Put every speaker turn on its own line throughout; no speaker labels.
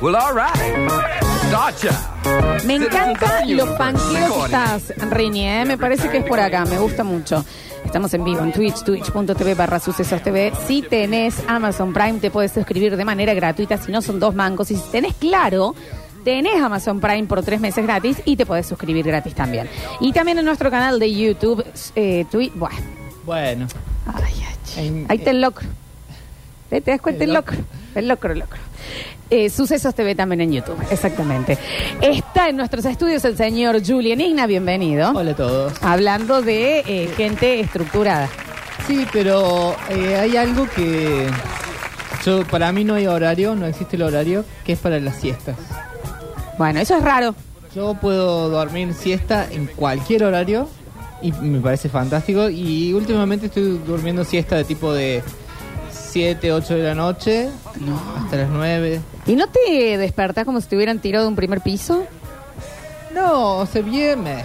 Well, all right. Gotcha.
Me encanta lo panquero que estás, Rini, ¿eh? me parece que es por acá, me gusta mucho. Estamos en vivo en Twitch, twitch.tv barra sucesos TV. Si tenés Amazon Prime, te puedes suscribir de manera gratuita, si no son dos mangos. Y si tenés claro, tenés Amazon Prime por tres meses gratis y te podés suscribir gratis también. Y también en nuestro canal de YouTube, eh, Twitch, buah.
Bueno.
Ay, ay, che. ahí está el locro. ¿Te te das cuenta? El locro, el locro, el locro. Eh, Sucesos TV también en YouTube, exactamente. Está en nuestros estudios el señor Julian Igna, bienvenido.
Hola a todos.
Hablando de eh, gente estructurada.
Sí, pero eh, hay algo que yo para mí no hay horario, no existe el horario, que es para las siestas.
Bueno, eso es raro.
Yo puedo dormir siesta en cualquier horario y me parece fantástico y últimamente estoy durmiendo siesta de tipo de 7, 8 de la noche hasta las 9.
¿Y no te despertás como si te hubieran tirado de un primer piso?
No, o sea, bien, me,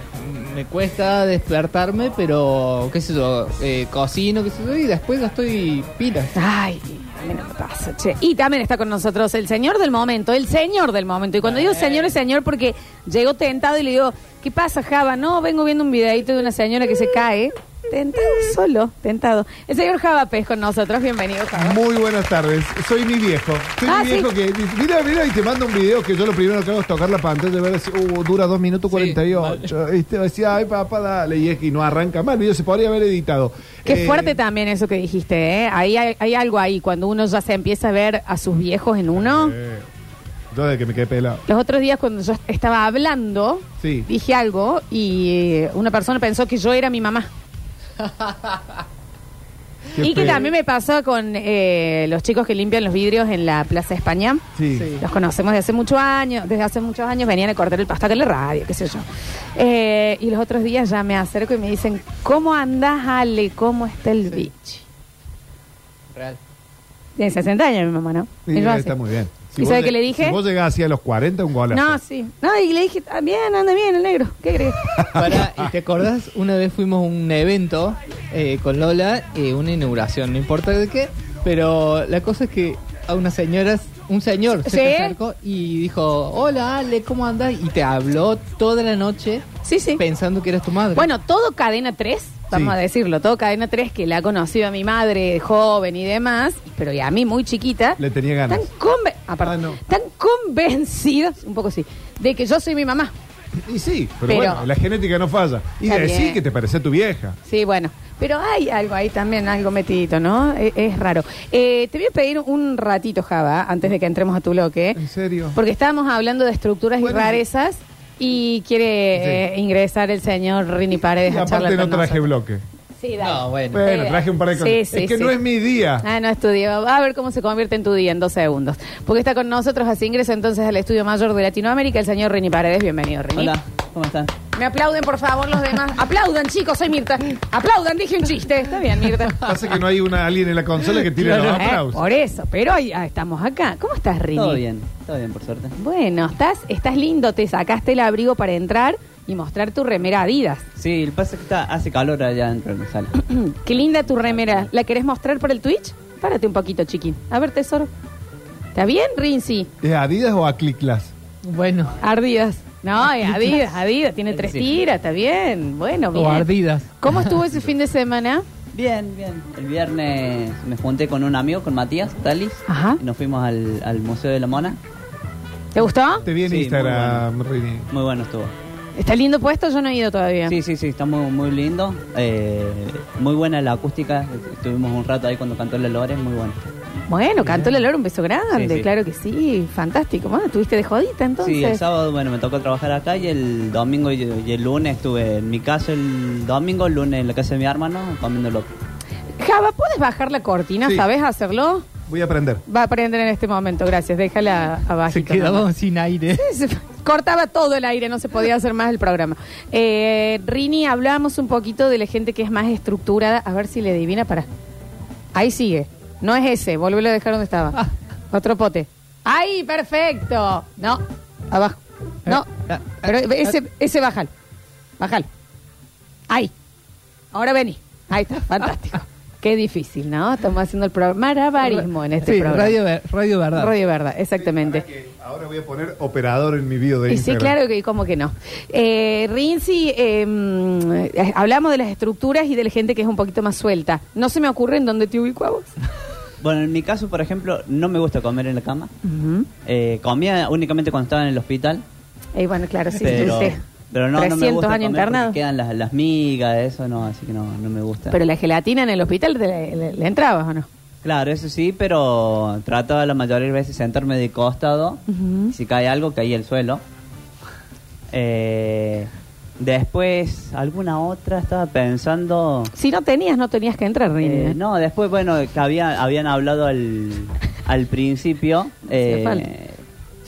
me cuesta despertarme, pero qué sé yo, eh, cocino, qué sé yo, y después estoy pilas.
Ay, a mí no me pasa, che. Y también está con nosotros el señor del momento, el señor del momento. Y cuando digo señor es señor porque llegó tentado y le digo, ¿qué pasa, Java? No, vengo viendo un videito de una señora que se cae. Tentado, solo, tentado. El señor Java Pez con nosotros, bienvenido, Java.
Muy buenas tardes, soy mi viejo. Soy
Ah,
mi viejo
sí.
que dice, mira, mira, y te mando un video que yo lo primero que hago es tocar la pantalla y ver si uh, dura 2 minutos 48. y te decía, ay papá, dale, y es que no arranca mal, el video se podría haber editado.
Qué
Eh,
fuerte también eso que dijiste, ¿eh? Ahí hay, hay algo ahí, cuando uno ya se empieza a ver a sus viejos en uno.
eh, yo de que me quedé pelado.
Los otros días cuando yo estaba hablando,
Sí.
dije algo y eh, una persona pensó que yo era mi mamá.
Qué
y que
feo.
también me pasó con eh, los chicos que limpian los vidrios en la Plaza España.
Sí.
Sí.
Los conocemos de hace muchos años, desde hace muchos años venían a cortar el pasto acá en la radio, qué sé yo. Eh, y los otros días ya me acerco y me dicen, ¿cómo andás, Ale? ¿Cómo está el bichi?
Real.
Tiene 60 años mi mamá, ¿no?
Sí, eh,
Y yo así.
está muy bien.
¿Y
vos
sabe
le-
qué le dije?
Si vos llegás hacia los 40, un golazo.
No, sí. No, y le dije, "Ah, bien, anda bien el negro, ¿qué crees?
Pará, ¿y te acordás? Una vez fuimos a un evento eh, con Lola, eh, una inauguración, no importa de qué, pero la cosa es que a unas señoras, un señor se
¿Sí?
te acercó y dijo, hola Ale, ¿cómo andás? Y te habló toda la noche
Sí, sí.
pensando que eras tu madre.
Bueno, todo Cadena 3, vamos
Sí.
a decirlo, todo Cadena 3 que la ha conocido a mi madre joven y demás, pero y a mí muy chiquita.
Le tenía ganas.
Están, conven- ah, perdón.
Ah, no.
Están convencidos, un poco sí, de que yo soy mi mamá.
Y sí, pero,
Pero-
bueno, la genética no falla. Y
Está
decir
bien.
que te parece a tu vieja.
Sí, bueno. Pero hay algo ahí también, algo metidito, ¿no? E- Es, raro. Eh, te voy a pedir un ratito, Java, antes de que entremos a tu bloque.
¿En serio?
Porque estábamos hablando de estructuras
Bueno,
y rarezas y quiere eh, ingresar el señor Rini Paredes
Y
a charlar
aparte no
con
traje
nosotros.
bloque.
Sí, dale.
no, bueno.
Bueno,
Sí,
traje un par de
sí,
cosas.
sí,
es que
sí.
no es mi día.
Ah, no estudió. A ver cómo se convierte en tu día en dos segundos. Porque está con nosotros, así ingresa entonces al estudio mayor de Latinoamérica el señor Rini Paredes. Bienvenido, Rini.
Hola, ¿cómo están?
Me aplauden, por favor, los demás. Aplaudan, chicos, soy Mirta. Aplaudan, dije un chiste. Está bien, Mirta.
Pasa que no hay una alguien en la consola que tire los
Claro, eh,
aplausos.
por eso, pero hoy ah, estamos acá. ¿Cómo estás, Rini?
Todo bien, todo bien, por suerte.
Bueno, estás, estás lindo, te sacaste el abrigo para entrar y mostrar tu remera Adidas.
Sí, el pasa es que está, hace calor allá dentro de la sala.
Qué linda tu remera. ¿La querés mostrar por el Twitch? Párate un poquito, chiquín. A ver, tesoro. ¿Está bien, Rinzi?
¿Es Adidas o a Cliclas?
Bueno,
Ardidas. No, es Adidas, Adidas. Tiene tres
Sí.
tiras, está bien. Bueno, bien.
o ardidas.
¿Cómo estuvo ese fin de semana?
Bien, bien. El viernes me junté con un amigo, con Matías Talis.
Ajá.
Y nos fuimos al, al Museo de la Mona.
¿Te gustó?
Te vi en
Sí,
Instagram, Rini.
Muy bueno estuvo.
¿Está lindo puesto? Yo no he ido todavía.
Sí, sí, sí, está muy, muy lindo. Eh, muy buena la acústica. Estuvimos un rato ahí cuando cantó la Lore, muy bueno.
Bueno, cantó el olor un beso grande,
Sí, sí.
claro que sí, fantástico. Bueno, estuviste de jodita entonces.
Sí, el sábado, bueno, me tocó trabajar acá y el domingo y, y el lunes estuve en mi casa el domingo, el lunes en la casa de mi hermano comiendo loco.
Java, ¿puedes bajar la cortina?
Sí.
¿Sabes hacerlo?
Voy a aprender.
Va a aprender en este momento, gracias. Déjala abajo.
Se quedaba sin aire.
Cortaba todo el aire, no se podía hacer más el programa. Eh, Rini, hablamos un poquito de la gente que es más estructurada. A ver si le adivina para. Ahí sigue. No es ese, volvelo a dejar donde estaba.
Ah.
Otro pote. ¡Ahí, perfecto! No, abajo. No,
Ah, ah,
pero ese, ese bájalo. Bájalo. Ahí. Ahora vení. Ahí está, fantástico. Qué difícil, ¿no? Estamos haciendo el programa. Marabarismo en este
sí,
programa.
Radio, Ver- Radio Verdad.
Radio Verdad, exactamente.
Ahora voy a poner operador en mi video de
Y sí,
Instagram.
claro que, ¿cómo que no? Eh, Rinzi, eh, mm, eh, hablamos de las estructuras y de la gente que es un poquito más suelta. No se me ocurre en dónde te ubico a vos.
Bueno, en mi caso, por ejemplo, no me gusta comer en la cama.
Ujú.
Eh, comía únicamente cuando estaba en el hospital.
Eh, bueno, claro, sí,
pero,
estuviste
pero no, no me
años
gusta comer porque
internado.
quedan las, las migas, eso no, así que no, no me gusta.
Pero la gelatina en el hospital te le, le- le entrabas, ¿o no?
Claro, eso sí, pero trato la mayoría de veces sentarme de costado.
Ujú.
Si cae algo, caí el suelo. Eh, después, alguna otra estaba pensando.
Si no tenías, no tenías que entrar, Rini.
Eh,
¿eh?
no, después, bueno, que había, habían hablado al, al principio, eh,
falta.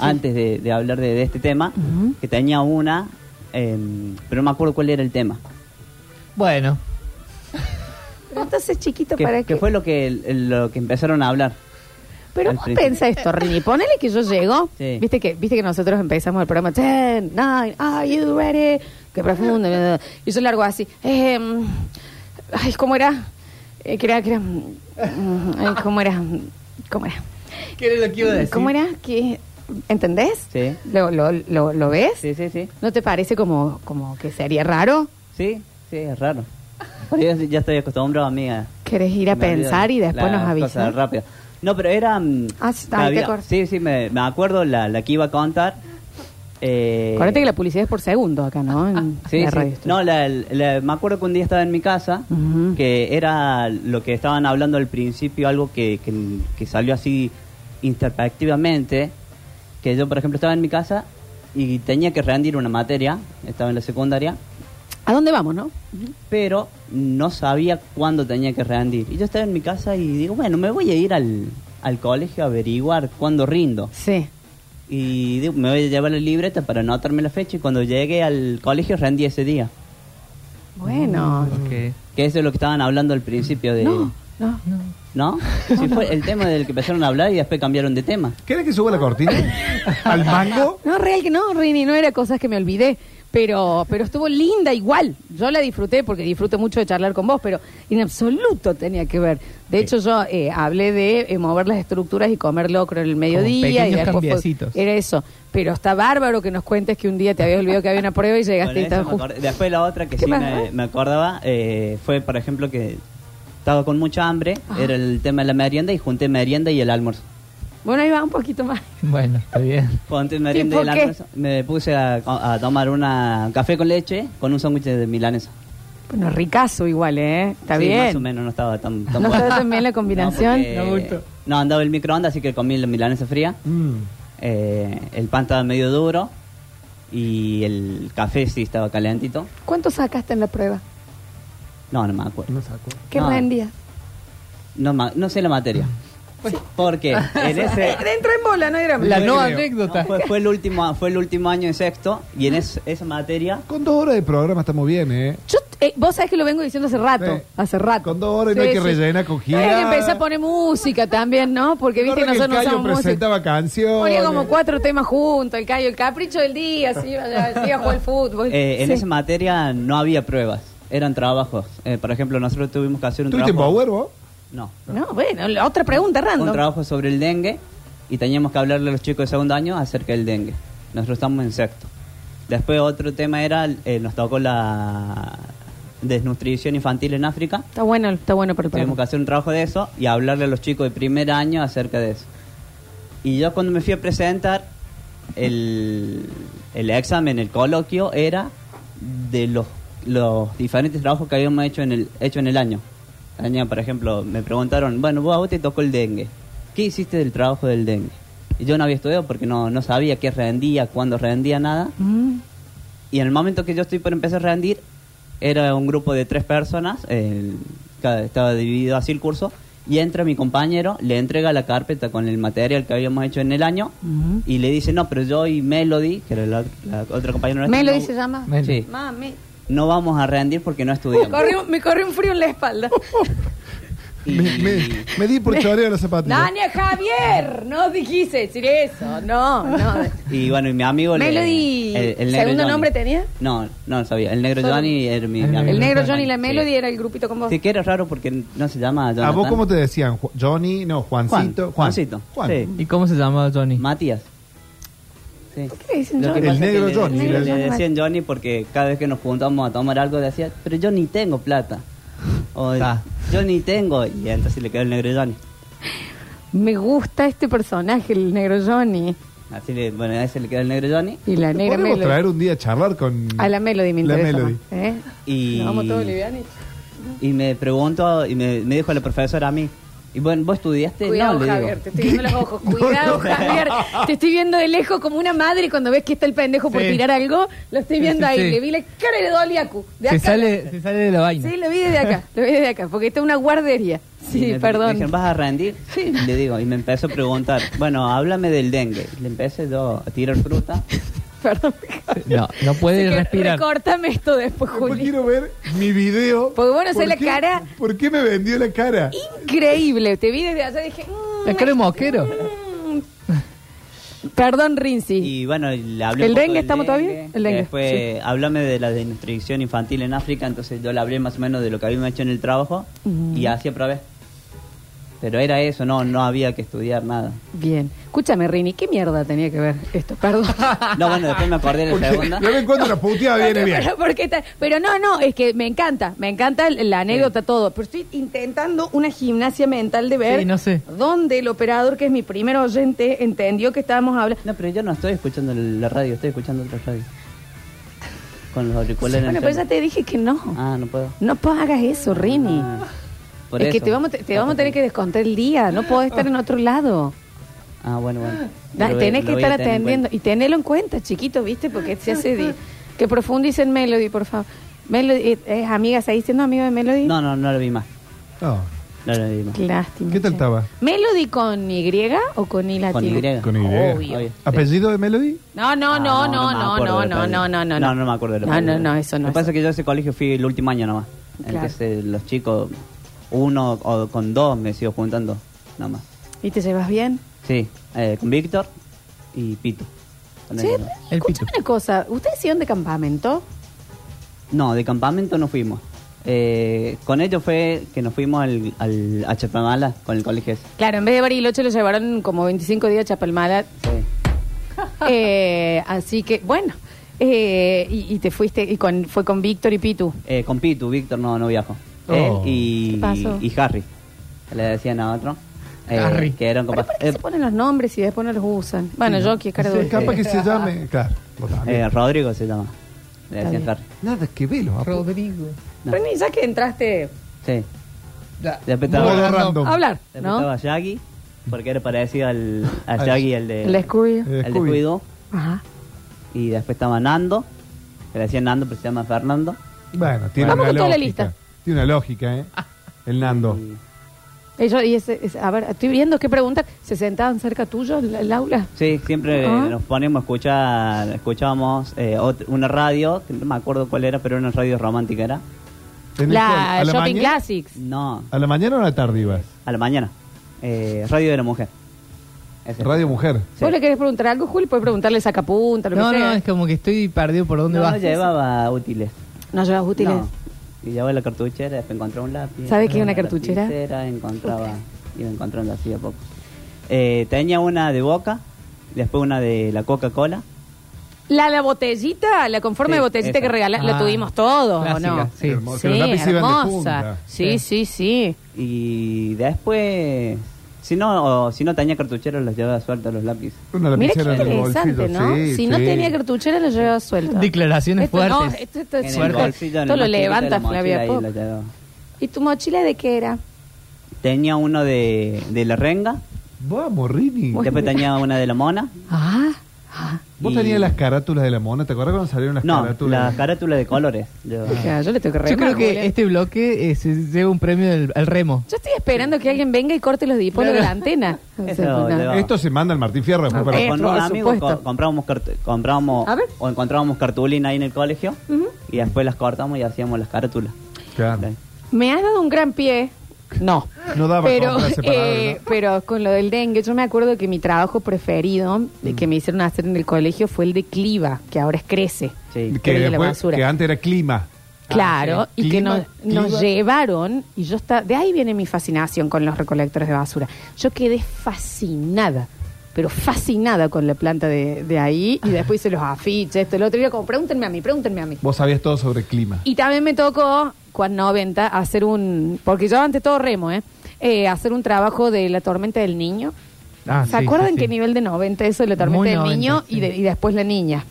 antes de, de hablar de, de este tema,
Ujú.
que tenía una, eh, pero no me acuerdo cuál era el tema.
Bueno,
Pero entonces, chiquito,
Que,
¿para qué?
que fue lo que, lo que empezaron a hablar.
Pero
al
vos
principio.
pensá esto, Rini. Ponele que yo llego.
Sí.
Viste que viste que nosotros empezamos el programa. Ten, nine, are you ready? Qué profundo. bla, bla, bla. Y yo largo así. eh, mm, ay, ¿cómo era? Eh, que era, que era, mm, ay, ¿Cómo era? ¿Cómo era?
¿qué era lo que iba a decir?
¿Cómo era? ¿Qué? ¿Entendés?
Sí.
¿Lo, lo, lo, lo ves?
Sí, sí, sí.
¿No te parece como, como que sería raro?
Sí, sí, es raro. Pero yo ya estoy acostumbrado a mí a...
¿Querés ir a
me olvido
pensar y después
las
nos avisas?
cosas rápido. No, pero era... mm,
Ah, sí,
me
ahí te acordás.
sí, sí, me, me acuerdo la, la que iba a contar. Eh,
Acuérdate que la publicidad es por segundo acá, ¿no? En
Sí,
la
sí.
radio.
No, la- la- me acuerdo que un día estaba en mi casa,
Ujú.
que era lo que estaban hablando al principio, algo que, que- que salió así interactivamente, que yo, por ejemplo, estaba en mi casa y tenía que rendir una materia, estaba en la secundaria,
¿A dónde vamos, no?
pero no sabía cuándo tenía que rendir. Y yo estaba en mi casa y digo, bueno, me voy a ir al, al colegio a averiguar cuándo rindo.
Sí.
Y digo, me voy a llevar la libreta para anotarme la fecha y cuando llegue al colegio rendí ese día.
Bueno.
Ok.
Que eso es lo que estaban hablando al principio de...
No, no.
¿No? Sí, fue el tema del que empezaron a hablar y después cambiaron de tema.
¿Querés que suba la cortina? ¿Al mango?
No, real que no, Rini, no era cosas que me olvidé. Pero, pero estuvo linda igual. Yo la disfruté porque disfruto mucho de charlar con vos, pero en absoluto tenía que ver. De hecho, yo eh, hablé de eh, mover las estructuras y comer locro en el mediodía. y
pequeños
después fue-
cambiacitos.
Era eso. Pero está bárbaro que nos cuentes que un día te habías olvidado que había una prueba y llegaste
Bueno,
y
eso
estabas
me
justo.
acordé. Después la otra que
¿Qué
sí
más?
me, me acordaba eh, fue, por ejemplo, que estaba con mucha hambre, era el tema de la merienda y junté merienda y el almuerzo.
Bueno, ahí va un poquito más.
Bueno, está bien.
Junté merienda y
por
el
qué?
almuerzo. Me puse a, a tomar una café con leche con un sándwich de milanesa.
Bueno, ricazo igual, ¿eh? Está
Sí,
bien.
Más o menos, no estaba tan, tan
¿No
bueno.
estaba tan bien la combinación?
No, porque- no, andaba el microondas, así que comí la milanesa fría.
Mm.
Eh, el pan estaba medio duro y el café sí estaba calentito.
¿Cuánto sacaste en la prueba?
No, no me acuerdo.
No saco.
¿Qué
No.
rendía?
No, ma- no sé la materia. Porque en ese...
Dentro en bola, no era
La no
no,
anécdota.
fue, fue el último, fue el último año en sexto y en es- esa materia...
Con dos horas de programa estamos bien, ¿eh?
Yo, eh, vos sabés que lo vengo diciendo hace rato,
Sí.
hace rato.
Con dos horas y no hay que rellenar con
Pero Hay que
giras.
empezar a poner música también, ¿no? Porque viste que
Recuerda
nosotros no
el Cayo
usamos música.
presentaba canciones.
Ponía como cuatro temas juntos, el callo, el capricho del día, así iba así iba a jugar al fútbol.
eh, en
Sí.
esa materia no había pruebas, eran trabajos. Eh, por ejemplo, nosotros tuvimos que hacer un
¿Tuviste en
trabajo...
Power vos?
No,
No, bueno, la otra pregunta
un
random.
trabajo sobre el dengue y teníamos que hablarle a los chicos de segundo año acerca del dengue. Nosotros estamos en sexto. Después otro tema era, eh, nos tocó la desnutrición infantil en África.
Está bueno, está bueno para el
Tuvimos que
programa.
hacer un trabajo de eso y hablarle a los chicos de primer año acerca de eso. Y yo cuando me fui a presentar, el, el examen, el coloquio, era de los, los diferentes trabajos que habíamos hecho en el, hecho en el año. Año, por ejemplo, me preguntaron, bueno, vos a vos te tocó el dengue. ¿Qué hiciste del trabajo del dengue? Y yo no había estudiado porque no, no sabía qué rendía, cuándo rendía, nada.
Mm.
Y en el momento que yo estoy por empezar a rendir, era un grupo de tres personas, el- cada- estaba dividido así el curso, y entra mi compañero, le entrega la carpeta con el material que habíamos hecho en el año,
Ujú.
y le dice, no, pero yo y Melody, que era la, la otra compañera nuestra,
Melody
no-
se llama.
Mel-
Sí.
Mami.
no vamos a rendir porque no
Me
estudiamos.
corrió, me corrió un frío en la espalda.
y-
Me, me- me di por choreo la zapatilla.
Dania Javier, no dijiste decir eso, no, no.
Y bueno, y mi amigo. le-
Melody, ¿segundo nombre tenía?
No, no lo sabía. El negro
Solo-
Johnny era mi, mi amigo.
El negro Johnny y la
Sí.
Melody era el grupito con vos.
Sí, que era raro porque no se llama Jonathan.
¿A vos cómo te decían? Ju- Johnny, no, Juancito.
Juan. Juancito.
Juan.
Sí.
¿Y cómo se llama Johnny?
Matías. Sí.
¿Qué le dicen
Lo que
Johnny?
El
pasa es que
negro
le-
Johnny, le-
Le, le decían Johnny porque cada vez que nos juntábamos a tomar algo decía, pero yo ni tengo plata. O
Ah.
yo ni tengo. Y entonces le quedó el negro Johnny.
Me gusta este personaje, el negro Johnny
Así le, bueno, a ese le quedó el negro Johnny.
y la negra
Podemos
Melody.
traer un día a charlar con.
A la Melody me
La
interesa.
Melody.
más, ¿eh?
Y,
Nos vamos todos livianitos.
y me pregunto, y me, me dijo la profesora a mí, y bueno, ¿vos estudiaste?
Cuidado,
no, le digo.
Javier, te estoy viendo los ojos. Cuidado, Javier. Te estoy viendo de lejos como una madre cuando ves que está el pendejo por
Sí.
tirar algo. Lo estoy viendo
Sí, sí,
ahí.
sí.
Le vi la cara y le dolía a Cu. De
Se
acá.
sale, se sale de la vaina.
Sí, lo vi desde acá. Lo vi desde acá. Porque está una guardería.
Y
Sí,
me- Me
perdón.
dijeron, ¿vas a rendir?
Sí.
Le digo, y me empezó a preguntar, bueno, háblame del dengue. Y Le empecé yo a tirar fruta.
Perdón.
No, no puede
Así que
respirar.
Recórtame esto después,
Después
Juli.
pues quiero ver mi video.
Porque vos no
¿Por
sé la
qué-
cara.
¿Por qué me vendió la cara?
Increíble. Te vi desde allá y dije. mm,
La cara de mosquero.
mm. Perdón, Rinzi.
Y bueno, y le hablé
¿El
un poco
dengue
del
estamos todavía? El dengue,
Después, háblame de la desnutrición infantil en África. Entonces yo le hablé más o menos de lo que habíamos hecho en el trabajo. Y
Mm.
así aprobé. Pero era eso, no, no había que estudiar nada.
Bien. Escúchame, Rini. ¿Qué mierda tenía que ver esto? Perdón.
No, bueno, después me acordé de la
Porque
segunda.
de vez en cuando la puteada viene bien.
Pero, porque ta- pero no, no, es que me encanta, me encanta la anécdota, todo. Pero estoy intentando una gimnasia mental de ver
Sí, no sé.
dónde el operador, que es mi primer oyente, entendió que estábamos hablando.
No, pero yo no estoy escuchando la radio, estoy escuchando otra radio. Con los auriculares en
Bueno,
el
pero ya
celular.
te dije que no.
Ah, no puedo.
No pagas eso, Rini.
Ah, por
es que
eso.
te vamos, te, te vamos a tener que descontar el día, no podés estar en otro lado.
Ah, bueno, bueno.
Da-
Lo voy-
tenés
lo
que
voy a
estar
tener en
atendiendo.
cuenta.
Y tenelo en cuenta, chiquito, ¿viste? Porque se hace. di- que profundice en Melody, por favor. Melody, eh, ¿es amiga? ¿Seguís siendo amigo de Melody?
No, no, no lo vi más.
No,
No lo vi más.
Qué lástima.
¿Qué tal
che.
estaba?
¿Melody con Y o con I
Con
latina?
Y.
con idea.
Obvio.
Obvio.
¿Apellido de Melody?
No, no, no,
Ah,
no,
me
no,
acuerdo
no,
del
no, no,
apellido.
no, no.
No, no me acuerdo del
No,
apellido.
no, no, eso no.
Lo que
es.
pasa es que yo a ese colegio fui el último año nomás.
Claro.
Entonces los chicos, uno o con dos me sigo juntando nomás.
¿Y te llevas bien?
Sí, eh, con Víctor y Pito. Con
Sí,
ellos dos.
El
escúchame
pito.
una cosa. ¿Ustedes siguen de campamento?
No, de campamento no fuimos. Eh, con ellos fue que nos fuimos al, al, a Chapamala con el colegio ese.
Claro, en vez de Bariloche lo llevaron como 25 días a Chapalmala.
Sí.
Eh, así que, bueno. Eh, y, y te fuiste, y con, fue con Víctor y Pitu.
Eh, con Pitu, Víctor no, no viajó.
Oh.
Él y,
¿Qué pasó?
y Harry, que le decían a otro. eh,
Harry.
Que eran
¿Pero
compas.
¿Por qué
Eh,
se ponen los nombres y después no los usan? Bueno, yo que es cara
Sí,
dulce.
capaz que se llame. Claro, vos también.
eh, Rodrigo se llama. Le
Está
decían
bien.
Harry.
Nada que velo. apu-
Rodrigo.
No.
Rini, ya que entraste
Sí.
Ya.
Le apretaba,
Modo
le
random.
a hablar,
apretaba
¿no?
a Shaggy, porque era parecido al, a
Al-
Shaggy, el de.
El escudo.
el de
Scooby.
Scooby-Doo.
Ajá.
Y después estaba Nando, que le decían Nando, pero se llama Fernando.
Bueno, tiene
Vamos
una
con toda la
lógica.
lista.
Tiene una lógica, ¿eh? El Nando.
Y-
Ellos, y ese- ese- a ver, estoy viendo qué preguntan. ¿Se sentaban cerca tuyo en la- el aula?
Sí, siempre
Ah.
nos ponemos a escuchar, escuchábamos eh, ot- una radio, que no me acuerdo cuál era, pero era una radio romántica era.
¿En el cual?
La
¿A la
Shopping
mañana?
Classics.
No,
¿A la mañana o a la tarde ibas?
a la mañana. Eh, radio de la mujer. Ese.
Radio Mujer.
Sí.
¿Vos le querés preguntar algo, Juli? Puedes preguntarle sacapunta, lo
No,
que
no,
sea.
es como que estoy perdido por dónde
No,
vas.
llevaba útiles.
No llevas útiles.
No. Y llevaba la cartuchera, después encontré un lápiz.
¿Sabe qué es una
la
cartuchera?
lapicera, encontraba, iba encontrando así a poco. Eh, tenía una de Boca, después una de la Coca-Cola.
La, la botellita, la con forma
Sí,
de botellita
esa.
que regalás, la
Ah,
tuvimos todos,
clásica,
¿o no?
sí.
Hermoso, que los lápices
Sí,
iban de
hermosa.
punta.
Sí, sí, sí.
Y después, si no, o si no tenía cartuchera, los llevaba suelta los lápices.
Una
Mira qué
lapicera en el
interesante,
bolsillo,
¿no?
sí,
si no
sí.
tenía cartuchera, lo llevaba suelto.
Declaraciones
Esto no,
fuertes.
esto, esto
En
es
el
suerte.
bolsillo, en el
Esto lo
bolsillo de la
levanta
mochila
Flavia
y
Pop.
lo llevaba.
¿Y tu mochila de qué era?
Tenía uno de, de la renga,
Vamos, Rini.
Bueno.
después tenía una de la mona.
Ah, ah.
Vos
y-
tenías las carátulas de la mona. ¿Te acuerdas cuando salieron las
No,
carátulas?
la carátula de colores. llevaba.
Hija, yo le tengo que
Yo
remar,
creo que
Julián.
este bloque eh, se lleva un premio del- al remo.
Yo estoy esperando que alguien venga y corte los dipolos de la antena. O sea,
Eso,
no.
le va.
Esto se manda al Martín Fierro después para-
Eh.
con
por
un amigo
supuesto.
co- comprábamos, cart- comprábamos
A ver.
o encontrábamos cartulina ahí en el colegio y después las cortamos y hacíamos las carátulas.
Claro.
Me has dado un gran pie No.
No daba
pero,
con frase para
eh,
hablar.
pero con lo del dengue, yo me acuerdo que mi trabajo preferido de
Mm.
que me hicieron hacer en el colegio fue el de cliva, que ahora es crece.
Sí.
Que,
Creí en la
después-
basura.
que antes era clima.
Ah, Claro,
Ah,
sí.
y que
Ah, Clima,
nos, nos
clima.
llevaron, y yo está, de ahí viene mi fascinación con los recolectores de basura. Yo quedé fascinada, pero fascinada con la planta de, de ahí, y después hice los afiches, esto, lo otro, y era como, pregúntenme a mí, pregúntenme a mí.
Vos sabías todo sobre clima.
Y también me tocó, cuando 90, hacer un, porque yo ante todo remo, ¿eh? Eh, hacer un trabajo de la tormenta del niño.
Ah,
¿Se
sí,
acuerdan
sí, sí.
qué nivel de 90 eso de la tormenta
Muy
del
90,
niño
sí.
y, de- y después la niña?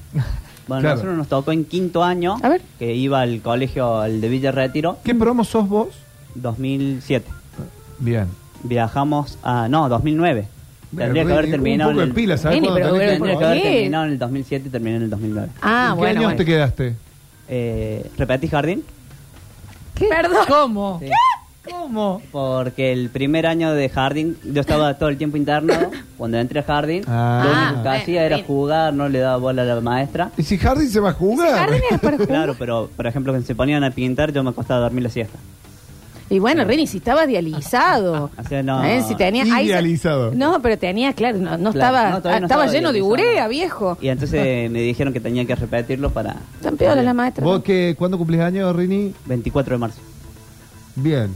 Bueno,
Claro.
nosotros nos tocó en quinto año,
A ver.
que iba al colegio, al de Villa Retiro,
¿Qué promo sos vos?
2007.
Bien.
Viajamos a... No, 2009. Tendría
Bien,
que haber
un
terminado
poco
en
de
el-
pila, ¿sabes?
Nene,
cuándo
pero
tenés que
Tendría
¿por
que
probar?
haber
qué?
terminado en el 2007 y terminé en el 2009.
Ah,
¿En ¿Qué
bueno.
años
bueno.
te quedaste?
Eh, ¿Repetí jardín?
¿Qué? Perdón.
¿Cómo? ¿Cómo?
Porque el primer año de jardín yo estaba todo el tiempo interno. Cuando entré a jardín,
Ah.
lo único que
Ah,
hacía
bueno,
era
bien.
jugar, no le daba bola a la maestra.
¿Y si Jardín se va a jugar?
Jardín era Ah, para jugar.
Claro, pero por ejemplo, cuando se ponían a pintar, yo me acostaba a dormir la siesta.
Y bueno, Rini, si estaba dializado. ¿Eh?
O sea, Ah, no.
Si tenía, ahí se-
Idealizado.
no, pero tenía, claro, no, no
Claro,
estaba.
no, todavía no
estaba,
estaba
lleno de
dializado.
urea, viejo.
Y entonces me dijeron que tenía que repetirlo para
Tan peor la maestra.
¿Vos qué, cuándo cumplís años, Rini?
24 de marzo.
Bien.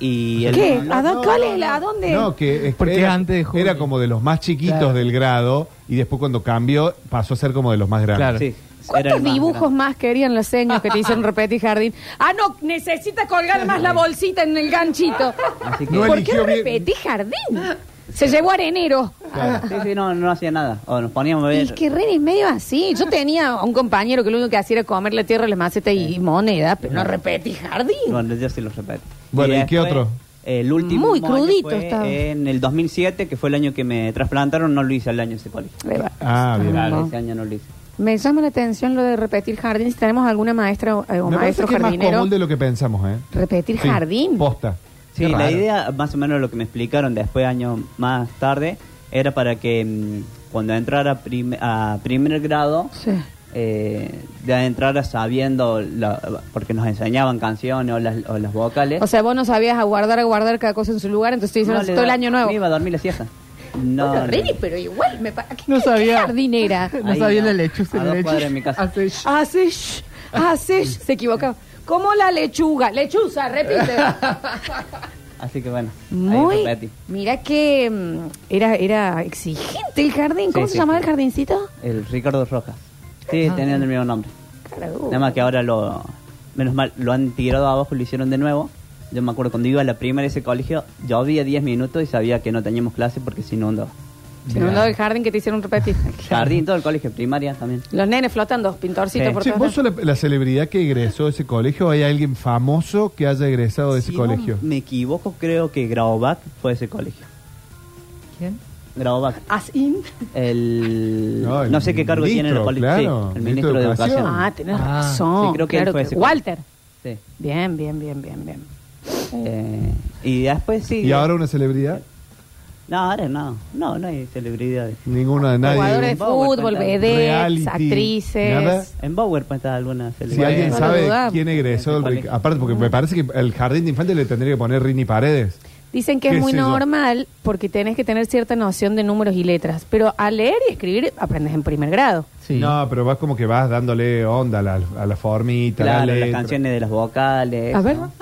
Y el-
¿Qué? ¿A
No,
dónde? ¿Cuál es
no,
la? ¿A
no.
dónde?
No, que es que
Porque
era,
antes de junio.
era como de los más chiquitos
Claro.
del grado y después cuando cambió pasó a ser como de los más grandes.
Claro.
sí, era
¿Cuántos
el más
dibujos
grande.
más querían los seños que te hicieron repetir jardín? Ah, no, necesita colgar más la bolsita en el ganchito.
Así que-
No
¿Por qué
eligió bien.
repetí jardín? Se llevó arenero.
Sí, sí, no, no hacía nada. O nos poníamos a
Y
ver.
que Rini es medio así. Yo tenía un compañero que lo único que hacía era comer la tierra, las macetas y moneda, pero no repetí jardín.
Bueno, yo sí los repetí.
Bueno, ¿y qué otro?
El último
Muy
año
crudito
fue
estaba.
en el 2007, que fue el año que me trasplantaron, no lo hice al año ese colegio.
Ahí va.
Ah, bien.
Claro,
no.
ese año no lo hice.
Me llama la atención lo de repetir jardín. Si tenemos alguna maestra o, eh, o
Me parece
maestro
que es más
jardinero.
común de lo que pensamos, ¿eh?
Repetir
Sí,
jardín.
Posta.
Sí,
Qué
la
raro.
idea, más o menos lo que me explicaron después, años más tarde, era para que mm, cuando entrara prim- a primer grado,
Sí.
eh, ya entrara sabiendo, la- porque nos enseñaban canciones o las, o las vocales.
O sea, vos no sabías aguardar, aguardar cada cosa en su lugar, entonces te
No
hicieron
le
todo el
da-
año nuevo.
Me iba a dormir la siesta. No,
Bueno,
no.
Rini, pero igual me pa- ¿qué-
No
qué
sabía.
jardinera.
No
Ahí
sabía
no.
la lechuza. la
A dos
lechuza.
cuadras de mi casa.
Hace sh-
Hace sh- hace sh- se equivocaba. Como la lechuga, lechuza, repite.
Así que bueno. ahí
Muy.
repetí.
Mira que mm, era era exigente el jardín. ¿Cómo
Sí,
se
sí,
llamaba
sí.
el jardincito?
El Ricardo Rojas. Sí, tenían el mismo nombre.
Caradu.
Nada más que ahora lo. Menos mal, lo han tirado abajo y lo hicieron de nuevo. Yo me acuerdo cuando iba a la primaria de ese colegio, yo había 10 minutos y sabía que no teníamos clase porque se inundó.
Se me olvidó el jardín que te hicieron repetir.
Jardín, todo el colegio, primaria también.
Los nenes flotando, pintorcitos
Sí.
por
Che,
todos
¿Vos
lados.
sos la, la celebridad que egresó de ese colegio? ¿Hay alguien famoso que haya egresado de ese
Si no
colegio?
me equivoco, creo que Graubach fue ese colegio.
¿Quién?
Graubach.
As in.
El,
No,
no,
el
sé qué cargo tiene en el
ministro,
colegio.
claro,
sí, el ministro de Educación.
Ah, tenés
Ah,
razón.
sí, creo que él
claro
fue ese.
Walter.
Sí.
Bien, bien, bien, bien, bien.
Eh, y después sí.
¿Y ahora una celebridad?
No, ahora no. No, no hay celebridades.
Ninguna,
Jugadores
nadie.
de fútbol,
Reality,
vedettes, actrices.
nada.
En Bauer pues está alguna celebridad.
Si alguien
No lo
sabe
dudamos.
quién egresó del Ric- Aparte, porque me parece que el jardín de infantes le tendría que poner Rini Paredes.
Dicen que
¿Qué
es muy
sé yo?
normal porque tenés que tener cierta noción de números y letras, pero al leer y escribir aprendes en primer grado.
Sí.
No, pero vas como que vas dándole onda a la, a la formita,
Claro,
la
las
letra.
canciones de las vocales.
A ver.
¿no?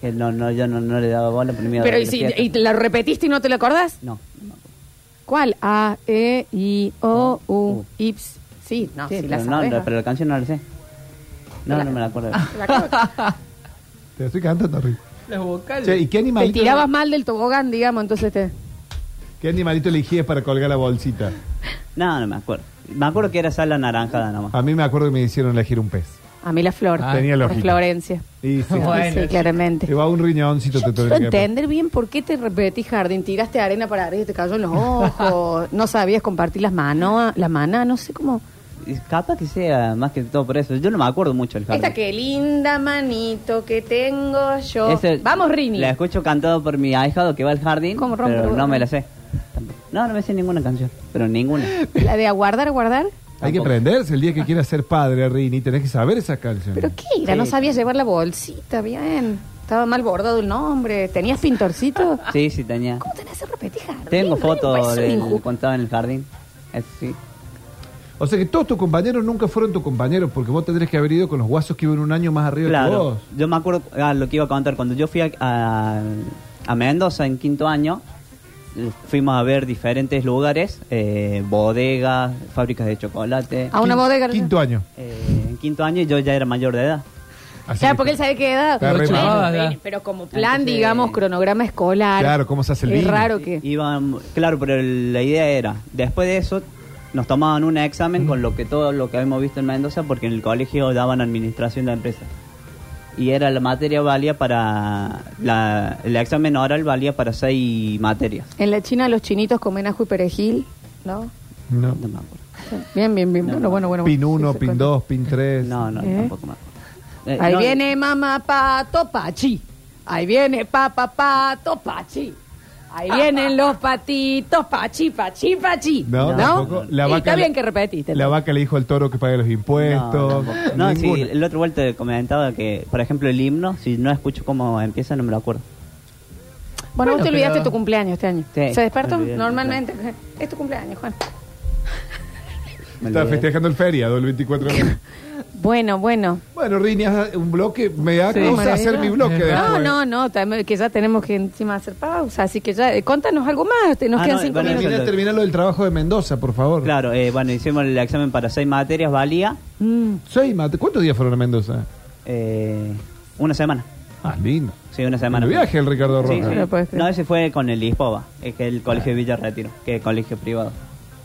Que no, no, yo no, no le daba bola por miedo a
Pero
la
¿y si
fiesta.
y la repetiste y no te la acordás?
No. no.
¿Cuál? A, E, I, O, U,
U.
Ips. Sí, no,
Sí,
si
pero,
la
no,
sabes.
no,
¿no? Ah.
pero la canción no la sé. No, no me la acuerdo.
La acabas-
Te estoy cantando, Rini.
Las vocales.
Che, ¿y
Te
qué animalito,
tirabas mal del tobogán, digamos, entonces te...
qué animalito elegías para colgar la bolsita?
No, no me acuerdo. Me acuerdo que era sala naranjada nomás.
A mí me acuerdo que me hicieron elegir un pez.
A mí la flor.
Ah, tenía
por
lógica.
Florencia.
Y sí,
Bueno,
sí,
sí.
claramente.
te va un riñoncito, te
Yo
tendría
quiero
que
entender bien por qué te repetí jardín, tiraste arena para arriba y te cayó en los ojos, no sabías compartir las manos, la mana, no sé cómo.
Y Capaz que sea más que todo por eso. Yo no me acuerdo mucho del jardín.
Esta que linda manito que tengo yo.
Ese-
Vamos, Rini.
La escucho cantado por mi ahijado que va al jardín,
¿Cómo rompe
pero
el
no
huevo?
me la sé. Tampoco. No, no me sé ninguna canción, pero ninguna.
La de aguardar, aguardar.
Hay que
Tampoco.
aprenderse el día que quieras ser padre, Rini. Tenés que saber esas canciones.
Pero qué era, no sabías llevar la bolsita, bien. Estaba mal bordado el nombre. ¿Tenías pintorcito?
Sí, sí, tenía.
¿Cómo tenés ese repetijardín?
Tengo
Boludo,
fotos
parece un
de
pues, injusto.
cuando estaba en el jardín. Eso sí.
O sea que todos tus compañeros nunca fueron tus compañeros, porque vos tendrías que haber ido con los guasos que iban un año más arriba que
Claro.
vos.
Yo me acuerdo ah, lo que iba a contar. Cuando yo fui a, a- a Mendoza en quinto año, eh, fuimos a ver diferentes lugares, eh, bodegas, fábricas de chocolate.
A una
Quin-
bodega.
Quinto año.
Eh, en quinto año yo ya era mayor de edad.
Así
Claro,
que-
porque él sabe qué edad.
Está re
Bueno,
pavada.
bueno, pero como plan,
Ah, Entonces,
digamos, cronograma escolar.
Claro, cómo se hace el
Es
vino.
raro que.
Iban, claro, pero el- la idea era, después de eso, nos tomaban un examen con lo que todo lo que habíamos visto en Mendoza, porque en el colegio daban administración de empresas. Y era la materia valía para, la- el examen oral valía para seis materias.
En la China los chinitos comen ajo y perejil, ¿no?
No.
No me acuerdo.
Bien, bien, bien. Bueno, bueno, bueno.
Pin
bueno. Sí,
1,
se
pin
cuenta.
2, pin 3.
No, no,
¿Eh?
tampoco me acuerdo. Eh,
Ahí
no,
viene mamá pato pachi. Ahí viene papá pato pachi.
Ah.
Ahí vienen los patitos pachi, pachi, pachi.
No,
¿No?
tampoco. La
Y
vaca
está
le-
bien que repetiste.
La
¿no?
vaca le dijo al toro que pague los
No,
impuestos.
tampoco. No, sí,
Ninguna.
el otro vuelta comentaba que, por ejemplo, el himno, si no escucho cómo empieza, no me lo acuerdo.
Bueno, vos
Bueno,
te olvidaste
pero-
tu cumpleaños este año.
Sí,
¿Se despertó?
me olvidé el
Normalmente. Es tu cumpleaños, Juan.
Me
Estaba
olvidé.
festejando el feriado el 24 de mayo.
Bueno, bueno.
Bueno, Rini, haz un bloque. Me da
Sí.
cosa hacer mi bloque
No,
No,
después.
no, no, tam- que ya tenemos que encima hacer pausa, así que ya, eh, contanos algo más, te- nos
Ah,
quedan
no,
cinco
bueno,
minutos.
Termina, termina lo del trabajo de Mendoza, por favor.
Claro, eh, bueno, hicimos el examen para seis materias, valía
Mm.
Soy mate. ¿Cuántos días fueron a Mendoza?
eh, una semana.
Ah, lindo.
Sí, una semana.
El viaje el Ricardo
Sí,
Rojas.
sí.
No lo puedes creer.
No, ese fue con el ISPOBA, es que el colegio de Villa Retiro, que es colegio privado.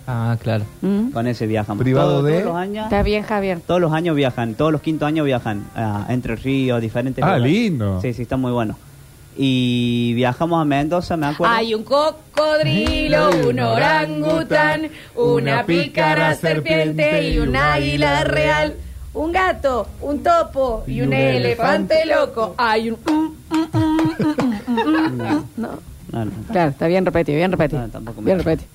Ah, claro.
Mm.
Con ese viajamos.
¿Privado
Todos-
de?
Todos los años,
Está bien, Javier.
todos los años viajan, todos los quinto años viajan a Entre Ríos, diferentes
Ah, lindo.
Sí, sí, está muy bueno. Y viajamos a Mendoza, me acuerdo.
Hay un cocodrilo, un orangután, una pícara serpiente y un águila real, un gato, un topo y un elefante loco. Hay un... mm, mm, mm, mm, mm, mm, mm. No.
No, no.
Claro, está bien repetido, bien repetido.
No, tampoco me-
bien repetido.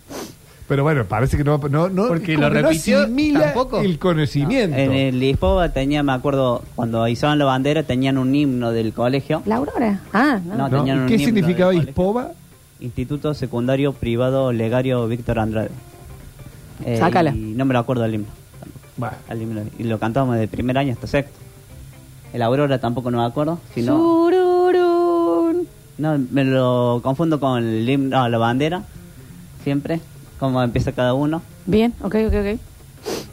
Pero bueno, parece que no... no, no
Porque
como
lo
que no
repitió,
asimila
tampoco.
el conocimiento.
En el ISPOBA tenía, me acuerdo, cuando izaban la bandera tenían un himno del colegio.
La aurora. Ah, no.
No,
¿No?
tenían
¿Y
un
¿Qué
himno
significaba
del colegio.
Hispova?
Instituto Secundario Privado Legario Víctor Andrade. Eh,
Sácala.
Y no me lo acuerdo del himno.
Bueno.
Al himno. Y lo cantamos desde primer año hasta sexto. El Aurora tampoco no me acuerdo. Si no,
Sururún.
no, me lo confundo con el himno, ah, la bandera. Siempre. Cómo empieza cada uno.
Bien, ok, ok, ok.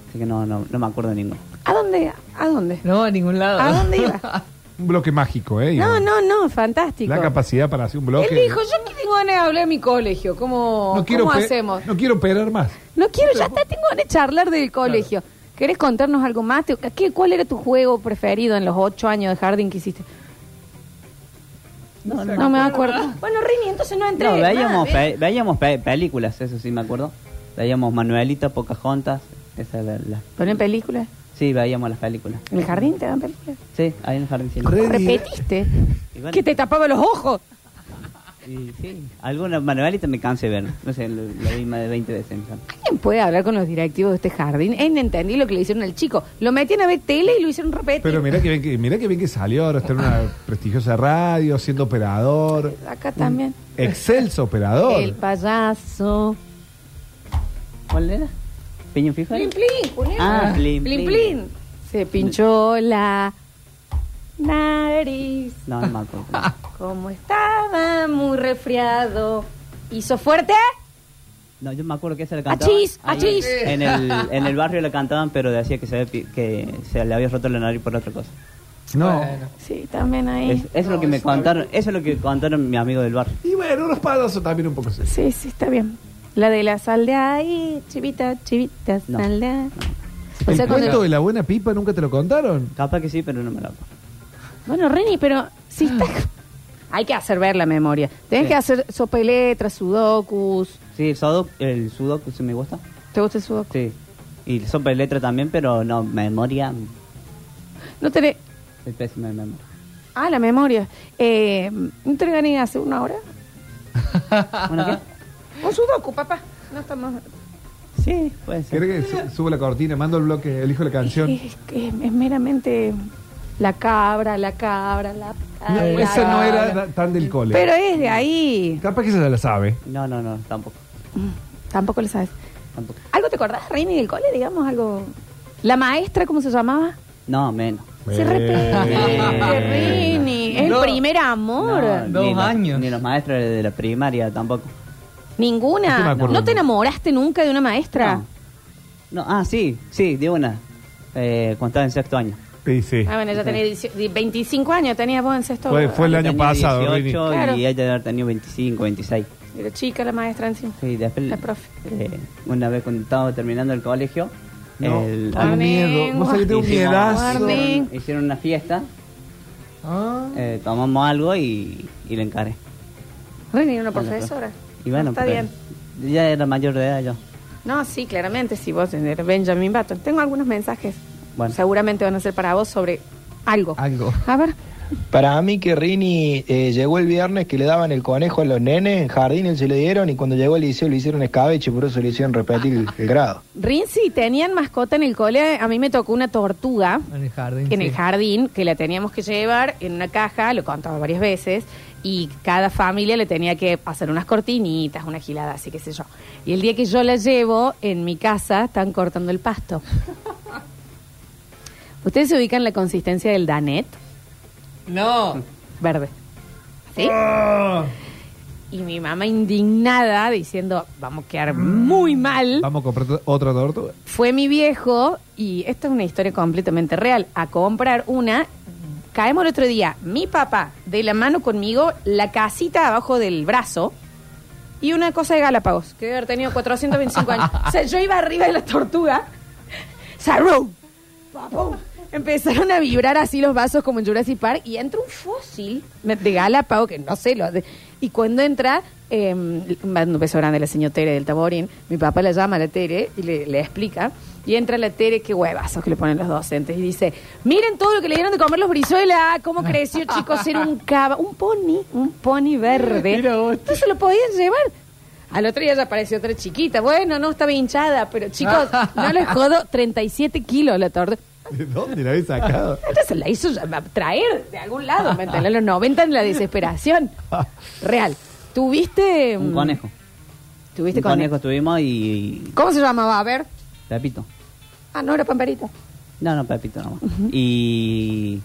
Así que no, no, no me acuerdo de ninguno.
¿A dónde? ¿A dónde?
No, a ningún lado.
¿A dónde iba?
Un bloque mágico, ¿eh?
No,
digamos.
no, no, fantástico.
La capacidad para hacer un bloque.
Él dijo, yo que tengo ganas de hablar de mi colegio, ¿cómo,
no quiero
cómo
pe-
hacemos?
No quiero operar más.
No quiero, ya está, tengo ganas de charlar del colegio. ¿Querés contarnos algo más? Te- ¿Qué, ¿Cuál era tu juego preferido en los ocho años de jardín que hiciste? No, me acuerdo. Bueno, Rini, entonces no entré. Ah,
No, veíamos,
Nada,
pe- veíamos pe- películas, eso sí me acuerdo. Veíamos Manuelita, Pocahontas. Esa era la-
¿Ponen películas?
Sí, veíamos las películas.
¿En el jardín te dan películas?
Sí, ahí en el jardín. sí.
Re- Rini.
¿Repetiste?
Y bueno.
¿Que te tapaba los ojos?
Y sí, alguna manualita me cansé de ver. No sé, lo, lo vi más de 20 veces. me cansé.
¿Quién puede hablar con los directivos de este jardín? Eh, no entendí lo que le hicieron al chico. Lo metían a ver tele y lo hicieron repetir.
Pero mirá que bien que, mirá que, bien que salió ahora está en una prestigiosa radio, siendo operador.
Acá también.
Excelso operador.
El payaso.
¿Cuál era? ¿Piñón fijo?
Plin, plin, Julián.
Ah, plin,
plin,
plin.
plin. Se pinchó la nariz.
No, no me acuerdo.
Como estaba muy resfriado. ¿Hizo fuerte?
No, yo me acuerdo que esa la cantaban.
Achis,
ahí
achis.
En el, en el barrio la cantaban, pero decía que se, había pi- que se le había roto la nariz por otra cosa.
No.
Bueno.
Sí, también ahí.
Es- eso es lo que me contaron, eso es lo que contaron mi amigo del barrio.
Y bueno, unos payasos también un poco así.
Sí, sí, está bien. La de la sal de ahí, chivita, chivita,
No.
sal de ahí. O sea,
¿El
cuando-
cuento de la buena pipa nunca te lo contaron?
Capaz que sí, pero no me lo acuerdo.
Bueno, Reni, pero si estás... Hay que hacer ver la memoria. Tenés
Sí.
que hacer sopeletras, sudokus.
Sí, el sudoku, el sudoku sí me gusta.
¿Te gusta el sudoku?
Sí. Y el sopa de letra también, pero no, memoria.
No tenés...
Soy pésima de memoria.
Ah, la memoria. Eh, ¿No te gané hace una hora?
¿Bueno qué?
Un sudoku, papá. No estamos...
Sí, puede ser.
¿Querés que su- suba la cortina, mando el bloque, elijo la canción?
Es, que es meramente La cabra, la cabra, la.
No,
la
esa no era
cabra.
da- tan del cole.
Pero es de ahí.
Capaz que esa la sabe.
No, no, no, tampoco.
Tampoco lo sabes.
tampoco.
¿Algo te acordás, Reini, del cole? Digamos algo. ¿La maestra, cómo se llamaba?
No, menos.
Se repite.
Eh.
Rini, es
No.
el primer amor.
No,
Dos
ni los-
años.
ni los maestros de la primaria tampoco.
Sí me
Ninguna.
acuerdo.
¿No te enamoraste nunca de una maestra?
No. No, ah, sí, sí, de una. Eh, cuando estaba en sexto año.
Sí, sí.
Ah, bueno, ya tenía 18 di- 25 años, tenía vos en sexto.
Fue- fue el
Yo
año
tenía
pasado,
18
Rini. Claro.
y ella debe haber tenido 25, 26.
Era chica la maestra encima.
Sí, después,
La profe.
eh, una vez cuando estábamos terminando el colegio,
No,
el-
Ah,
tengo miedo. Vos sabés que tengo un
hicimos-
miedazo.
Warning.
hicieron una fiesta,
Ah.
eh, tomamos algo y, y le encaré.
Rini era una profesora.
Y bueno,
Ah, Está
pero
bien.
ya era mayor de edad yo.
No, sí, claramente, sí, vos eres Benjamin Button. Tengo algunos mensajes.
Bueno.
Seguramente van a ser para vos sobre algo.
Algo.
A ver.
Para mí que Rini eh, llegó el viernes que le daban el conejo a los nenes, en jardín él se le dieron y cuando llegó al liceo le hicieron escabeche, por eso le hicieron repetir el, el grado.
Rinzi, tenían mascota en el cole. A mí me tocó una tortuga.
En el jardín.
en
sí.
el jardín que la teníamos que llevar en una caja, lo he contado varias veces, y cada familia le tenía que hacer unas cortinitas, una gilada, así que sé yo. Y el día que yo la llevo, en mi casa están cortando el pasto. ¿Ustedes se ubican la consistencia del Danet?
No.
Verde. ¿Sí?
Ah.
Y mi mamá indignada diciendo, vamos a quedar muy mal
Vamos a comprar otra tortuga.
fue mi viejo, y esta es una historia completamente real, a comprar una. Caemos el otro día, mi papá, de la mano conmigo, la casita abajo del brazo y una cosa de Galápagos, que debe haber tenido 425 años. O sea, yo iba arriba de la tortuga, ¡Sarú! ¡Papum! Empezaron a vibrar así los vasos como en Jurassic Park y entra un fósil de Galápagos, que no sé, lo de- y cuando entra, eh, mando un beso grande a la señora Tere del Taborín, mi papá la llama a la Tere y le, le explica, y entra la Tere, qué huevazos que le ponen los docentes, y dice, miren todo lo que le dieron de comer los brizuela, cómo creció chicos, era un cava, un pony, un pony verde,
Mira vos.
no se lo podían llevar. Al otro día ya apareció otra chiquita. Bueno, no, estaba hinchada, pero chicos, no les jodo, 37 kilos la torta.
¿De dónde la habéis sacado?
Ella se la hizo ya- traer de algún lado, ¿me entendés? Los 90 en la desesperación. Real. ¿Tuviste.
Un
mm,
conejo.
¿Tuviste
un conejo
conejo?
estuvimos y.
¿Cómo se llamaba? A ver.
Pepito.
Ah, no, era Pamperita.
No, no, Pepito nomás. y,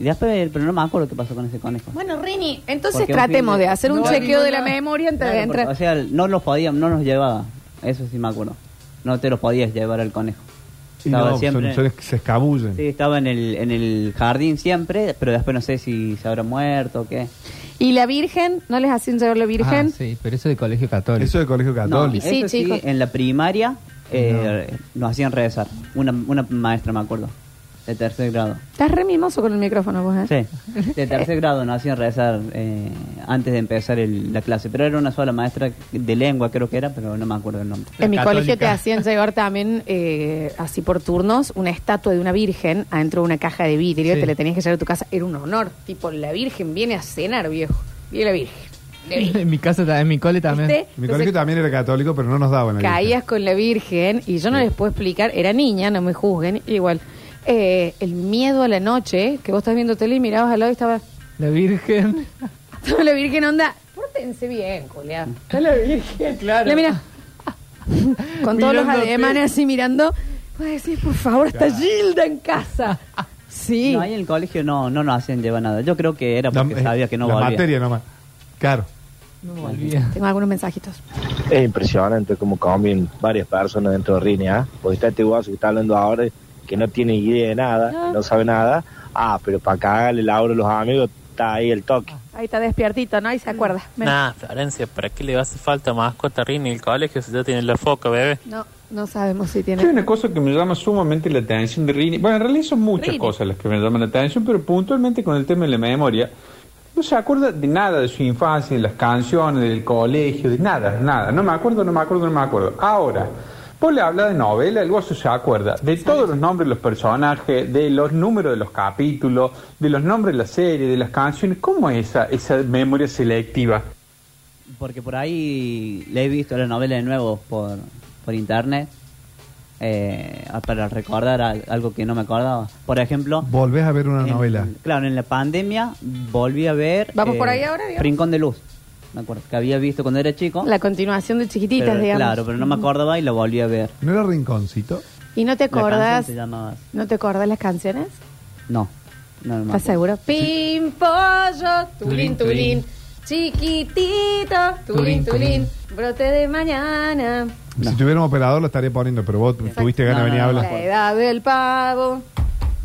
y después, pero no me acuerdo qué pasó con ese conejo.
Bueno, Rini, entonces
Porque un
tratemos
fin de-
de hacer un
No,
chequeo
no,
de la
no.
memoria antes de
Claro, porque,
entrar.
o sea, no los podíamos, no nos llevaba. Eso sí me acuerdo. No te los podías llevar al conejo.
Y
Estaba
no,
siempre.
son, son- se escabullen.
Sí, estaba en el, en el jardín siempre, pero después no sé si se habrá muerto o qué.
¿Y la Virgen? ¿No les hacían llevar la Virgen?
Ah, sí, pero eso de colegio católico.
Eso del colegio
No, eh,
católico.
y- Sí,
eso sí,
chicos.
en la primaria eh, nos hacían regresar. Una, una maestra, me acuerdo, de tercer grado.
Estás re mimoso con el micrófono, vos, ¿eh?
Sí, de tercer grado nos hacían rezar eh, antes de empezar el- la clase, pero era una sola maestra de lengua creo que era, pero no me acuerdo el nombre.
En mi
La
colegio te
católica.
hacían llevar también, eh, así por turnos, una estatua de una virgen adentro de una caja de vidrio.
Sí.
Te la tenías que llevar a tu casa. Era un honor. Tipo, la virgen viene a cenar, viejo. Viene la virgen. La virgen.
en mi casa también, en mi cole también.
¿Viste?
Mi
Entonces,
colegio también era católico, pero no nos daban. la
Caías con la virgen y yo no les puedo explicar. Era niña, no me juzguen. Igual. Eh, el miedo a la noche, que vos estás viendo tele y mirabas al lado y estaba...
La Virgen.
estaba la virgen onda. Pórtense bien, culiá.
Está la Virgen, claro.
Le mira. Con todos los
Mirándote.
ademanes así mirando. Puedes decir, por favor, está Gilda en casa. Sí.
No, ahí en el colegio no, no nos hacían llevar nada. Yo creo que era
Virgen. La-
porque
eh,
sabía que no
La
volvía.
materia nomás. Claro.
No me olvida.
Tengo algunos mensajitos.
Es impresionante como comen varias personas dentro de Rini, ¿ah? Porque está este guaso que está hablando ahora que no tiene idea de nada, no sabe nada. Ah, pero para cagarle el auro a los amigos está ahí el toque.
Ahí está despiertito, ¿no? Ahí se acuerda. Ven.
Nah, Florencia, ¿para qué le hace falta mascota a Rini en el colegio si ya tiene la foca, bebé?
No, no sabemos si
Hay
tiene.
una cosa que me llama sumamente la atención de Rini. Bueno, en realidad son muchas
Rini.
cosas las que me llaman la atención, pero puntualmente con el tema de la memoria. No se acuerda de nada de su infancia, de las canciones, del colegio, de nada, de nada. No me acuerdo, no me acuerdo, no me acuerdo. Ahora, vos le hablas de novela, el gozo se acuerda de todos los nombres de los personajes, de los números de los capítulos, de los nombres de la serie, de las canciones. ¿Cómo es esa, esa memoria selectiva?
Porque por ahí le he visto la novela de nuevo por, por internet eh, a- para recordar al- algo que no me acordaba. Por ejemplo,
Volvés a ver una
en-
novela.
Claro, en la pandemia volví a ver. eh,
¿Vamos por ahí ahora, Diego?
Rincón de Luz. Me acuerdo que había visto cuando era chico.
La continuación de Chiquititas,
pero,
digamos.
Claro, pero no me acordaba y la volví a ver.
¿No era Rinconcito?
¿Y no te
La canción
acordás?
se llamaba así.
¿No te acordás las canciones?
No, no, no me
¿Estás
acuerdo.
seguro? Pim, pollo, tulín,
Tulín,
tulín.
tulín.
Chiquitito, tulín,
Tulín,
tulín.
tulín.
Brote de mañana.
No.
Si tuviéramos operador lo estaría poniendo, pero vos tuviste ganas de
No,
venir a
no, no.
hablar.
La edad del pavo.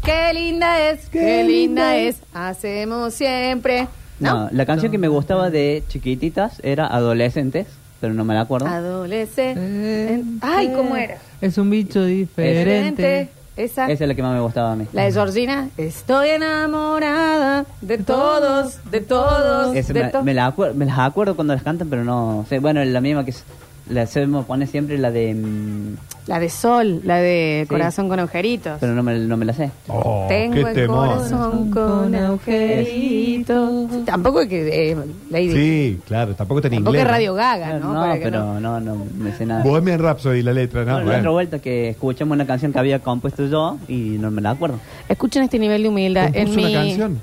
Qué linda es, qué, linda es. Hacemos siempre.
No, la canción que me gustaba de chiquititas era Adolescentes, pero no me la acuerdo.
Adolescente. Ay, ¿cómo era?
Es un bicho diferente.
Esa.
Esa es la que más me gustaba a mí.
La de Georgina. Estoy enamorada de todos, de todos,
Esa
de
me,
todos.
me la acuer- me las acuerdo cuando las cantan, pero no sé. Bueno, la misma que s- la se me pone siempre la de. mm,
La de Sol, la de
Sí.
Corazón con agujeritos.
Pero no me, no me la sé.
Oh,
Tengo
qué
el
temor.
corazón con agujeritos. Tampoco es que eh, Lady.
Sí, claro, tampoco está en
Tampoco
inglés.
es Radio Gaga, ¿no?
No,
Para que
pero no. no, me sé nada.
Bohemian Rhapsody, la letra, ¿no?
Bueno, la
Bueno.
otra vuelta que escuchamos una canción que había compuesto yo y no me la acuerdo.
Escuchen este nivel de humildad. En
¿Compuso
mi...
una canción?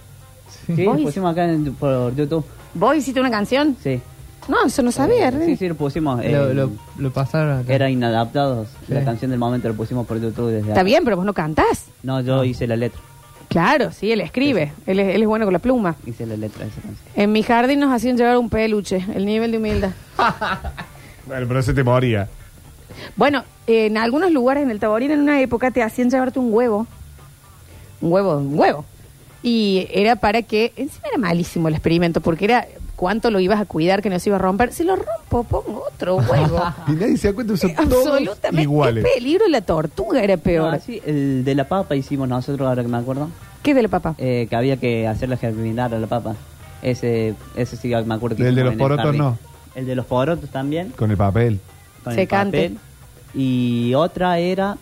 Sí,
¿Vos?
lo pusimos acá en- por YouTube.
¿Vos hiciste una canción?
Sí.
No, eso no sabía, René.
Eh, Sí, sí, lo pusimos. eh,
Lo, lo, lo pasaron acá.
Era inadaptados. La
Sí.
canción del momento lo pusimos por YouTube desde
Está
acá.
bien, pero vos no cantás.
No,
Ah.
yo hice la letra.
Claro, sí, él escribe. Él, es- él es bueno con la pluma.
Hice la letra de esa canción.
En mi jardín nos hacían llevar un peluche, el nivel de humildad.
Bueno, pero se te moría.
Bueno, eh, en algunos lugares en el Taborín en una época te hacían llevarte un huevo. Un huevo, un huevo. Y era para que, encima era malísimo el experimento, porque era cuánto lo ibas a cuidar que no se iba a romper. Si lo rompo, pongo otro huevo.
Y nadie se da cuenta, son todos
Ah. Eh, Absolutamente.
iguales.
El peligro de la tortuga era peor.
No, así, el de la papa hicimos nosotros, ahora que me acuerdo.
¿Qué de la papá?
eh, que había que hacerla germinar a la papa. Ese, ese sí me acuerdo que
El de
hicimos
los
en
porotos,
jardín.
no.
El de los porotos también.
Con el papel.
Con el
Secante.
papel. Y otra era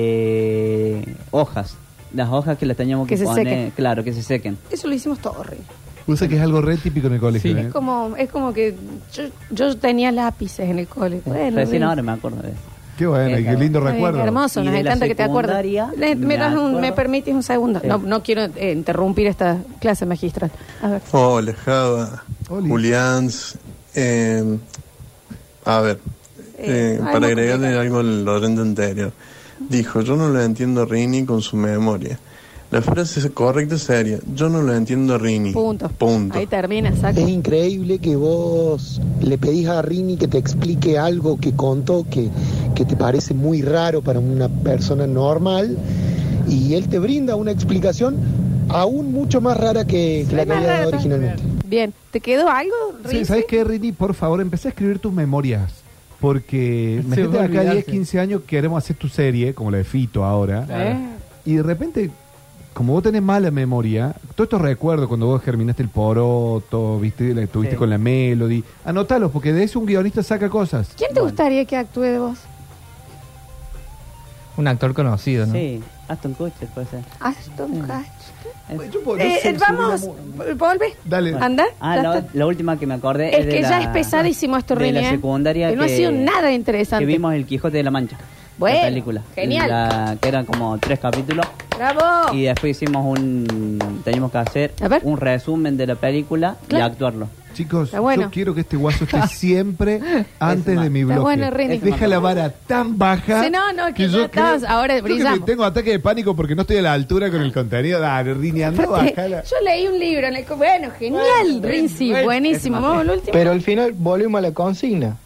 de hojas. Las hojas que las teníamos que,
Que se
poner.
sequen.
Claro, que se sequen.
Eso lo hicimos todo horrible.
Usa que es algo re típico en el colegio.
Sí.
¿eh?
Es como, es como que yo, yo tenía lápices en el cole. Bueno,
Recién
bien.
ahora me acuerdo de eso.
Qué bueno, y qué lindo
Está bien,
recuerdo.
Eh, hermoso,
Y
nos
de la
encanta que te acuerdes.
secundaria,
Le- ¿Me,
me
das un-
acuerdo.
me permitís un segundo?
Sí.
No, no quiero eh, interrumpir esta clase magistral. A ver.
Hola, Java.
Oli.
Julián. eh, a ver,
Eh,
eh,
ay, muy
para agregarle
complicado.
algo al Lorente anterior. Dijo, yo no lo entiendo a Rini con su memoria. La frase correcta sería, yo no lo entiendo a Rini.
Punto.
Punto.
Ahí termina, saco.
Es increíble que vos le pedís a Rini que te explique algo que contó que, que te parece muy raro para una persona normal y él te brinda una explicación aún mucho más rara que, que la que
Más
había dado
raro.
originalmente.
Bien, ¿te quedó algo,
Sí,
Rizzi?
¿Sabes qué, Rini? Por favor, empecé a escribir tus memorias. Porque
Se
me
va a
acá
olvidarse.
10, 15 años queremos hacer tu serie, como la de Fito ahora.
Eh,
Y de repente, como vos tenés mala memoria, todos estos recuerdos cuando vos germinaste el poroto, viste, la estuviste
Sí.
con la melody, anotalos, porque de eso un guionista saca cosas.
¿Quién te gustaría que actúe de vos?
Un actor conocido, ¿no?
Sí, Aston Kutcher puede ser.
Mm.
Ashton Kutcher.
Es-
Yo puedo- yo
Eh,
sé-
eh, vamos, volve.
Dale.
Anda.
Ah,
ya
la,
está.
la última que me acordé.
Es
de
que
la-
ya es pesadísimo esto,
de
Rini,
la
¿eh?
secundaria.
Que no ha
que-
sido nada interesante.
Que vimos El Quijote de la Mancha.
Bueno,
la película.
genial.
La- que eran como tres capítulos.
¡Bravo!
Y después hicimos un. Teníamos que hacer
A ver.
un resumen de la película
Claro.
y actuarlo.
Chicos,
Está bueno.
yo quiero que este guaso esté siempre antes de mi
Está
bloque.
bueno, Rini.
Deja la vara tan baja.
Sí, no, no, que ya estás, ahora
yo que
brillamos.
me- tengo ataque de pánico porque no estoy a la altura con el contenido. Dale, Rini, anda,
Aparte,
bájala.
Eh, yo leí un libro en el que, bueno, genial, Rinzi, buenísimo. Vamos al último.
Pero al final volvimos a la consigna,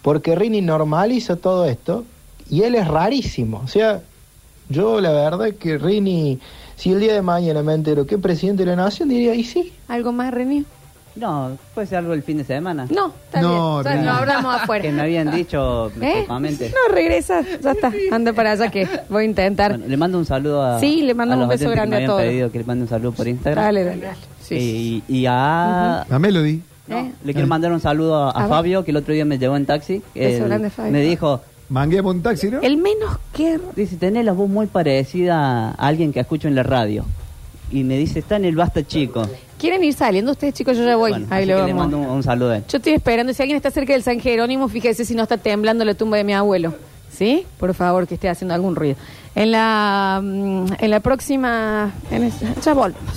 porque Rini normaliza todo esto y él es rarísimo. O sea, yo la verdad que Rini, si el día de mañana me entero que es presidente de la nación, diría, y sí,
¿Algo más, Rini?
No, puede ser algo el fin de semana.
No, está
No,
bien. Ya
Rini.
lo hablamos
Que me
afuera.
habían dicho
¿Eh?
principalmente.
No, regresa, ya está. Anda para allá que voy a intentar.
Bueno, le mando un saludo a.
Sí, le mando
a
un
los
beso
oyentes
grande a
que me habían
todos.
pedido que le mande un saludo por Instagram.
Dale, dale, dale. Sí.
Y, y a.
La melody.
No,
¿Eh?
Le quiero mandar un saludo a, a
A ver.
Fabio, que el otro día me llevó en taxi.
Beso
Él
grande, Fabio.
Me dijo,
Mangueamos un taxi, ¿no?
El menos que...
dice, tenés la voz muy parecida a alguien que escucho en la radio. Y me dice, está en el Basta Chico.
¿Quieren ir saliendo ustedes, chicos? Yo ya voy.
Bueno,
Ahí
así
lo
que le
vamos.
mando un, un saludo a él.
Yo estoy esperando. Si alguien está cerca del San Jerónimo, fíjese si no está temblando la tumba de mi abuelo. ¿Sí? Por favor, que esté haciendo algún ruido. En la, mm, en la próxima. en es- ya volvemos.